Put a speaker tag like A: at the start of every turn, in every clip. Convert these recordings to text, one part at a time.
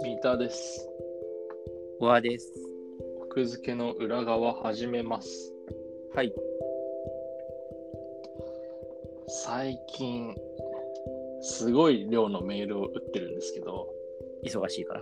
A: 三田です。
B: わあです。
A: 奥付けの裏側始めます。
B: はい。
A: 最近、すごい量のメールを打ってるんですけど、
B: 忙しいから。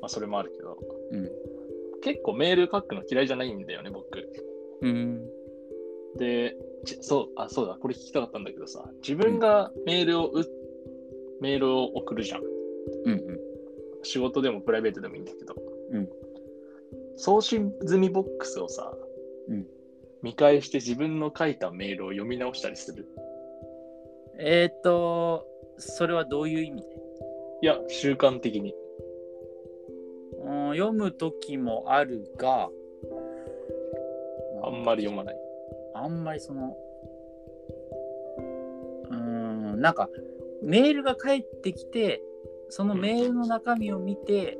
A: まあそれもあるけど、
B: うん。
A: 結構メール書くの嫌いじゃないんだよね、僕。
B: うん。
A: で、ちそう、あ、そうだ、これ聞きたかったんだけどさ、自分がメールを打っメールを送るじゃん。
B: うんうん。
A: 仕事でもプライベートでもいいんだけど、
B: うん
A: 送信済みボックスをさ、
B: うん
A: 見返して自分の書いたメールを読み直したりする
B: えーっと、それはどういう意味で
A: いや習慣的に
B: うん読む時もあるが、
A: あんまり読まない、
B: あんまりその、うーん、なんか、メールが返ってきて、そのメールの中身を見て、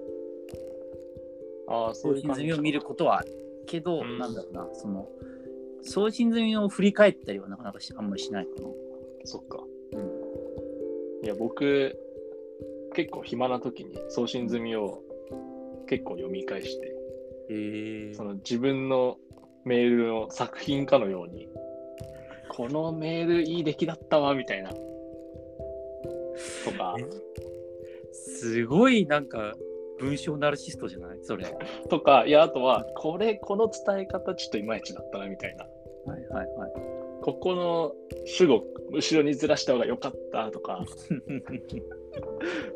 A: ああそうい
B: 送
A: う
B: 信
A: 感
B: 済
A: じ
B: みを見ることはあるけど、
A: うん
B: なんだろうな、その、送信済みを振り返ったりはなかなかしあんまりしないかな。
A: そっか
B: うん。
A: いや僕結構暇な時に送信済みを結構読み返して
B: へえ
A: その自分のメールの作品かのようにこのメールいい出来だったわみたいなとか
B: えすごいなんか文章ナルシストじゃないそれ。はい
A: とか、いや、あとは、これ、この伝え方、ちょっといまいちだったな、みたいな。
B: はいはい。
A: ここの主語、後ろにずらした方が良かったと か、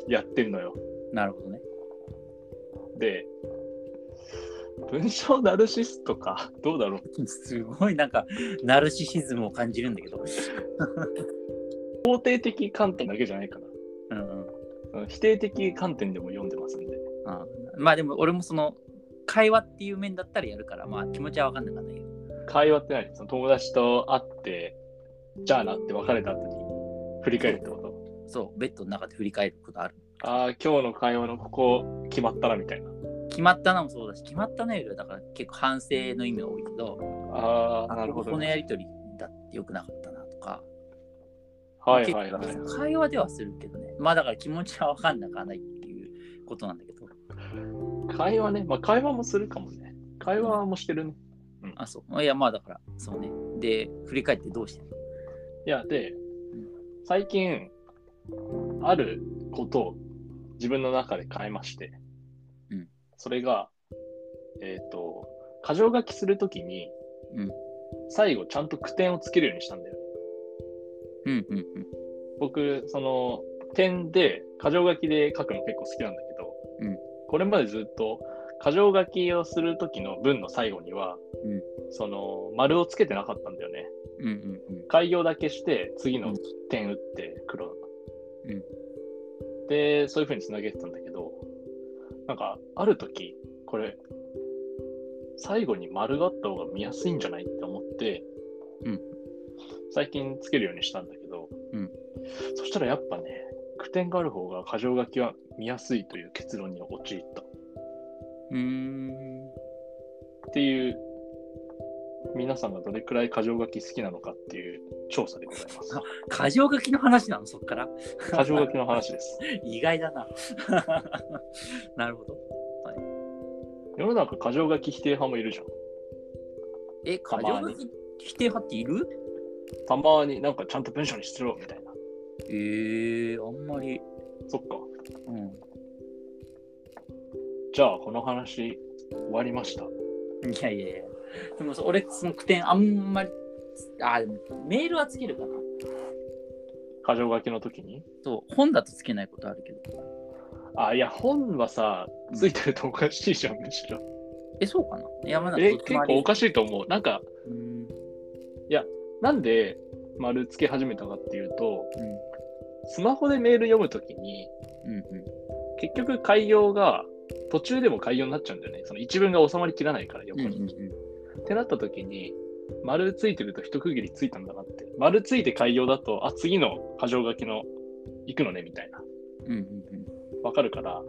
A: やってんのよ。
B: なるほどね。
A: で、文章ナルシストか、どうだろう。
B: すごいなんかナルシシズムを感じるんだけど。
A: 肯定的観点だけじゃないかな。
B: うんうん、
A: その否定的観点でも読んでますんで。
B: あまあでも俺もその会話っていう面だったらやるからまあ気持ちは分かんなかったけど。
A: 会話ってないその友達と会って、じゃあなって別れた後に振り返るってこと。
B: そう、ベッドの中で振り返ることある。
A: ああ、今日の会話のここ決まったな、みたいな。
B: 決まったなもそうだし、決まったなよりはだから結構反省の意味が多いけど、
A: ああ、なるほ
B: こ
A: ど、
B: この
A: ね。
B: やりとりだってよくなかったなとか。
A: はいはいはい。
B: 結構会話ではするけどね。まあだから気持ちは分かんなくはないっていうことなんだけど。
A: 会話ね、まあ会話もするかもね。会話もしてるね。
B: あ、そう。いや、まあだから、そうね。で、振り返ってどうしてんの
A: いや、で、最近、あることを自分の中で変えまして、
B: うん
A: それが、えっ、と、箇条書きするときに、
B: うん
A: 最後ちゃんと句点をつけるようにしたんだよね。
B: うんうん
A: 僕、その、点で、箇条書きで書くの結構好きなんだけど、
B: うん
A: これまでずっと、箇条書きをするときの文の最後には、
B: うん
A: その、丸をつけてなかったんだよね。
B: うん。うんうんうん。
A: 開業だけして次の点打って黒、
B: うん
A: でそういう風に繋げてたんだけどなんかある時これ最後に丸があった方が見やすいんじゃないって思って、
B: うん
A: 最近つけるようにしたんだけど、
B: うん
A: そしたらやっぱね句点がある方が箇条書きは見やすいという結論に陥った
B: うーん。
A: っていう皆さんがどれくらい箇条書き好きなのかっていう調査でございます
B: 過剰書きの話なの、そっから。
A: 箇条書きの話です
B: 意外だな。 なるほど。
A: 世の中過剰書き否定派もいるじゃん。
B: え、過剰書き否定派っている
A: たまになんかちゃんと文章にしろみたいな。
B: ええー、あんまり。
A: そっか。
B: う
A: じゃあこの話終わりました。
B: ん。いやいやいや。でもそ俺、その句点あんまり。あ、でもメールはつけるかな。
A: 過剰書きの時に。
B: そう、本だとつけないことあるけど。
A: あ、いや、本はさ、ついてるとおかしいじゃん、むしろ。
B: え、そうかな。山田
A: え、結構おかしいと思う。なんか、
B: うん。
A: なんで丸つけ始めたかっていうと、
B: うん。
A: スマホでメール読む時に、
B: うんうん。
A: 結局開業が、途中でも開業になっちゃうんだよね。その一文が収まりきらないから、横に。ってなった時に丸ついてると一区切りついたんだなって丸ついて開業だとあ次の箇条書きの行くのねみたいな
B: うんうんうん。
A: わかるから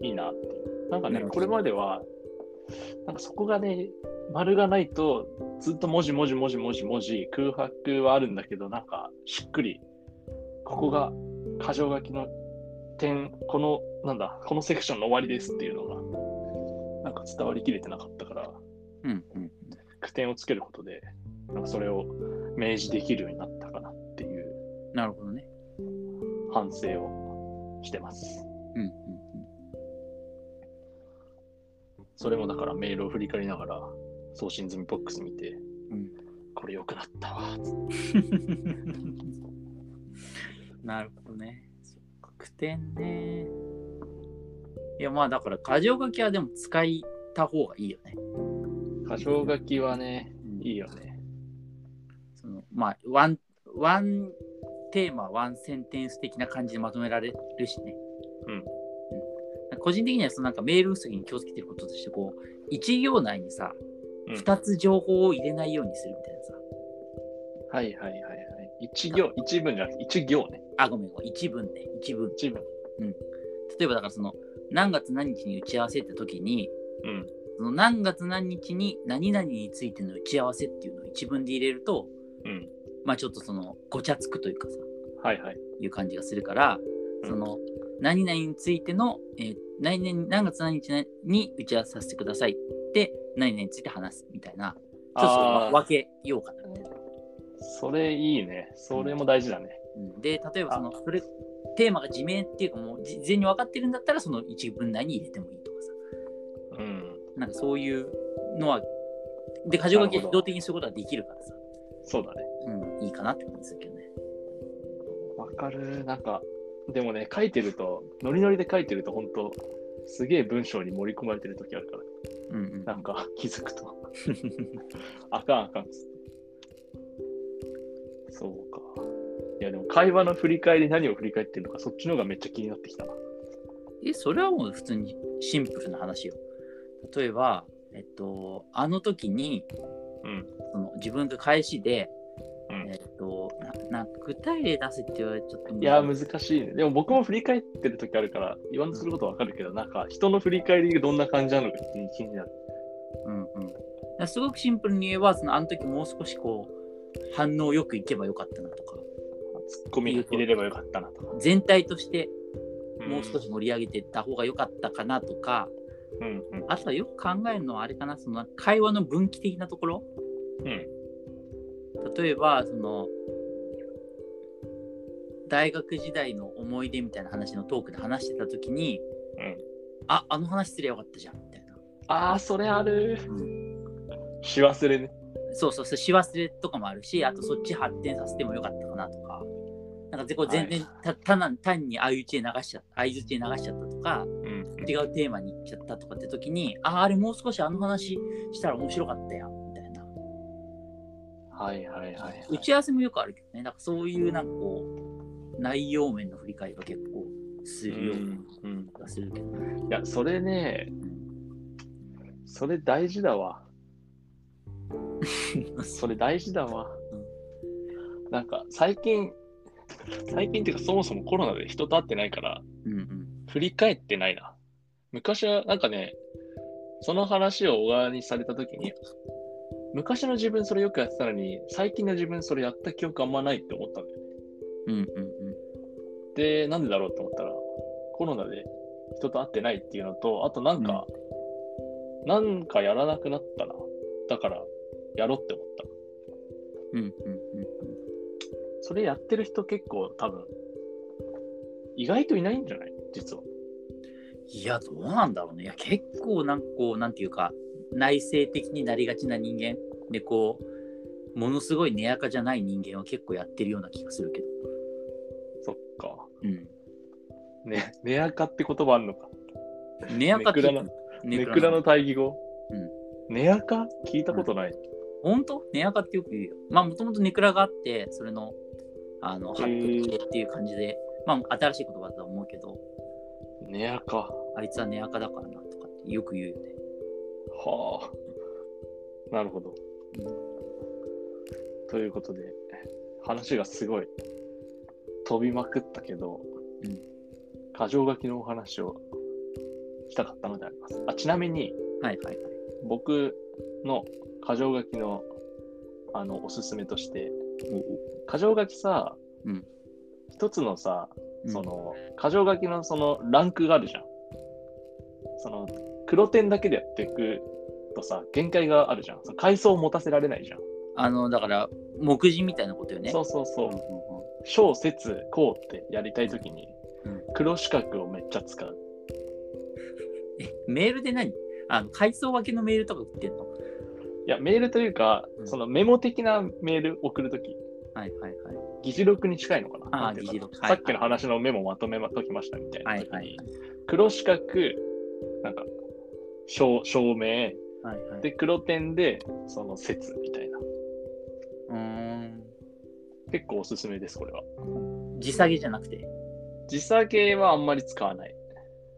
A: いいなっていうなんかね
B: なるほど
A: これまではなんかそこがね丸がないとずっと文字文字文字文字文字空白はあるんだけどなんかしっくりここが箇条書きの点、この、なんだ、このセクションの終わりですっていうのが、なんか伝わりきれてなかったから、
B: うんうん。
A: 句点をつけることで、なんかそれを明示できるようになったかなっていう
B: なるほどね。
A: 反省をしてます。
B: うんうん
A: それもだからメールを振り返りながら、送信済みボックス見て、
B: うん
A: これ良くなったわ、つって
B: うん。なるほどね。そっか、句点ね。いや、まあだから、箇条書きはでも使いた方がいいよね。
A: 箇条書きはね、いい
B: よ。
A: よね。
B: そのまあ、ワン、ワンテーマ、ワンセンテンス的な感じでまとめられるしね。
A: うん
B: うん。個人的にはそのなんかメール薄ぎに気をつけてることとして、こう、1行内にさ、
A: うん
B: 2つ情報を入れないようにするみたいなさ。
A: はいはいはいはい。一行、一文じゃなくて、一行ね。
B: あ、ごめん、ごめん一文ね、一文。
A: 一文。
B: 例えばだからその、何月何日に打ち合わせって時に、
A: うん。
B: その何月何日に何々についての打ち合わせっていうのを一文で入れると、
A: うん。
B: まあちょっとその、ごちゃつくというかさ、
A: はいはい。
B: いう感じがするから、
A: うん
B: その何々についての、えー何々何月何日に打ち合わせさせてくださいって何々について話すみたいなちょっとそれ
A: あ
B: は
A: あー、
B: 分けようかなみたいな、
A: それいいね。それも大事だね。
B: うんで例えばそのそれテーマが自明っていうかもう事前に分かってるんだったらその一文内に入れてもいいとかさ
A: うん。
B: なんかそういうのはで箇
A: な
B: 条書き
A: る
B: は
A: ほど
B: 自動的にそういうことができるからさ、
A: そうだね。
B: うん、いいかなって感じするけどね
A: わかる。なんか、でもね、書いてると、ノリノリで書いてると、本当すげえ文章に盛り込まれてる時あるから、
B: うんうん
A: なんか気づくと。 あかんあかんっつって。そうか。いや、でも会話の振り返り、何を振り返ってるのか、そっちの方がめっちゃ気になってきたな。
B: え、それはもう普通にシンプルな話よ。例えば、えっと、あの時に、
A: うん
B: その自分が返しで、
A: うん
B: えっとな、な具体例出せって言われちゃった
A: いや、難しいね。でも僕も振り返ってる時あるから、言わんとすることはわかるけど、なんか、人の振り返りがどんな感じなのか気になる。
B: うんうん。だからすごくシンプルに言えば、そのあの時もう少しこう、反応よくいけばよかったなとか、
A: ツッコミ入れればよかったなとか。
B: 全体としてもう少
A: し。
B: し盛り上げていった方がよかったかなとか、
A: うんうん。
B: あとはよく考えるのはあれかな、その会話の分岐的なところ
A: うん。
B: 例えばその大学時代の思い出みたいな話のトークで話してた時に
A: うん、
B: ああの話すりゃよかったじゃんみたいな
A: ああ、それある
B: う。
A: し忘れね。
B: そうそうそうし忘れとかもあるしあとそっち発展させてもよかったかなとかなんかでこう全然、
A: は
B: た単な単に相打ちで流しちゃった相づちで流しちゃったとか
A: うん。
B: 違うテーマに行っちゃったとかって時にああれもう少しあの話したら面白かったやんみたいな
A: はいはいはいはい。
B: 打ち合わせもよくあるけどね、なんかそういうなんかこう、内容面の振り返りは結構す
A: う
B: るようなん
A: うん。
B: 気がするけど、
A: いや、それね、それ大事だわ。それ大事だわ。なんか、最近、最近っていうか、そもそもコロナで人と会ってないから、
B: うんうん。
A: 振り返ってないな。昔は、なんかね、その話を小川にされたときに、昔の自分それよくやってたのに、最近の自分それやった記憶あんまないって思ったんだよね。
B: うんうんうん。
A: で、なんでだろうって思ったら、コロナで人と会ってないっていうのと、あとなんか、なんかやらなくなったな。だから、やろうって思った。
B: うんうんうん。
A: それやってる人結構多分、意外といないんじゃない実は。
B: いや、どうなんだろうね。いや、結構なんかこう、なんていうか、内省的になりがちな人間で、こう、ものすごい根やかじゃない人間は結構やってるような気がするけど。
A: そっか。
B: う
A: ね、根垢って言葉あるのか。
B: ん。根やかって
A: ネクラの、ネクラの対義語。
B: うん
A: ネアカ聞いたことない。
B: 本当ネアカってよく言うよ。まあもともとネクラがあって、それの、あの、
A: へー
B: 発展系っていう感じで、まあ新しい言葉だと思うけど、
A: ネアカ。
B: あいつはネアカだからなとかってよく言うよね。
A: はあ。なるほど。ということで、話がすごい飛びまくったけど、
B: うん
A: 箇条書きのお話をしたかったのであります。あちなみに、
B: はいはいはい。
A: 僕の箇条書きのあのおすすめとして、
B: おお
A: 箇条書きさ、
B: うん
A: 一つのさ、
B: うん
A: そ、の、箇条書きのそのランクがあるじゃん。その、黒点だけでやっていくとさ、限界があるじゃん。その階層を持たせられないじゃん。
B: あの、だから、目次みたいなことよね。
A: そううそうそ
B: ん
A: う。小説、こうってやりたいときに
B: うん、
A: 黒四角をめっちゃ使う。
B: え、メールで何あの、階層分けのメールとか売ってんの
A: いや、メールというか、
B: うん
A: そのメモ的なメール送るとき、
B: はいはいはい。
A: 議事録に近いのかな
B: あー
A: なんていうか
B: 議事録
A: さっきの話のメモまとめまときましたみたい
B: は
A: ない時
B: はい
A: に、黒四角、なんか、証証明、
B: はい。はいはい、
A: で、黒点で、その説みたいな。
B: うーん。
A: 結構おすすめです、これは。
B: 時下げじゃなくて。
A: 時差系はあんまり使わない。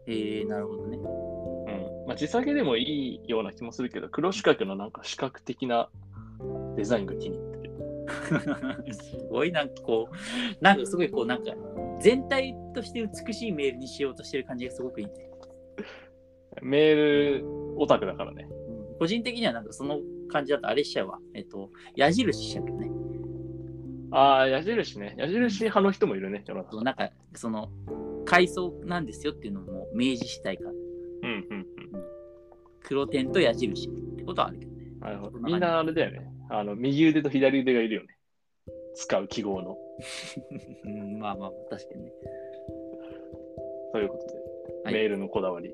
B: えー、なるほどね。
A: うん。まあ、時差系でもいいような気もするけど、黒四角のなんか視覚的なデザインが気に入ってる。
B: すごいなんかこう、なんかすごいこう、なんか全体として美しいメールにしようとしてる感じがすごくいいね。
A: メールオタクだからね。
B: 個人的にはなんかその感じだとあれしちゃうわ。えっと、矢印しちゃうけどね。
A: ああ、矢印ね。矢印派の人もいるね、世の中。
B: なんかその、階層なんですよっていうのも明示したいから。
A: うんうん
B: 黒点と矢印ってことはあるけどね。
A: うん。なるほど。
B: そんな感じ
A: みんなあれだよね。あの、右腕と左腕がいるよね。使う記号の。
B: うん、まあまあ、確かにね。
A: ということで、
B: はい
A: メールのこだわり。